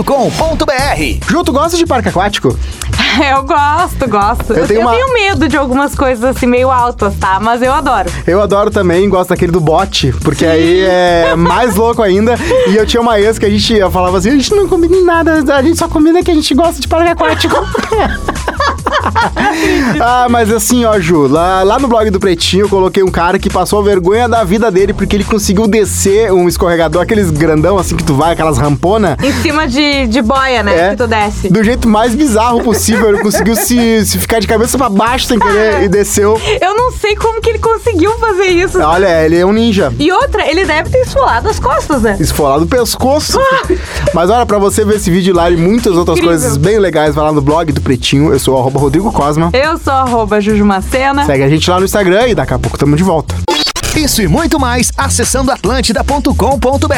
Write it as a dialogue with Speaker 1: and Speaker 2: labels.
Speaker 1: Atlântida.com.br
Speaker 2: Junto, gosta de parque aquático?
Speaker 3: Eu gosto, gosto.
Speaker 2: Eu
Speaker 3: Eu
Speaker 2: tenho
Speaker 3: tenho,
Speaker 2: uma-
Speaker 3: medo de algumas coisas assim meio altas, tá? Mas eu adoro.
Speaker 2: Eu adoro também, gosto daquele do bote, porque aí é mais louco ainda. E eu tinha uma ex que a gente eu falava assim: a gente não combina em nada, a gente só combina que a gente gosta de parque aquático. ah, mas assim, ó, Ju, lá, lá no blog do Pretinho eu coloquei um cara que passou vergonha da vida dele porque ele conseguiu descer um escorregador, aqueles grandão assim que tu vai, aquelas ramponas.
Speaker 3: Em cima de, de boia, né?
Speaker 2: É.
Speaker 3: Que tu desce.
Speaker 2: Do jeito mais bizarro possível, ele conseguiu se, se ficar de cabeça pra baixo sem querer e desceu.
Speaker 3: Eu não sei como que ele conseguiu fazer isso.
Speaker 2: Olha, ele é um ninja.
Speaker 3: E outra, ele deve ter esfolado as costas, né?
Speaker 2: Esfolado o pescoço. Mas olha, pra você ver esse vídeo lá e muitas outras
Speaker 3: Incrível.
Speaker 2: coisas bem legais, vai lá no blog do Pretinho. Eu sou o arroba Rodrigo Cosma.
Speaker 3: Eu sou arroba Jujumacena.
Speaker 2: Segue a gente lá no Instagram e daqui a pouco tamo de volta.
Speaker 1: Isso e muito mais acessando atlântida.com.br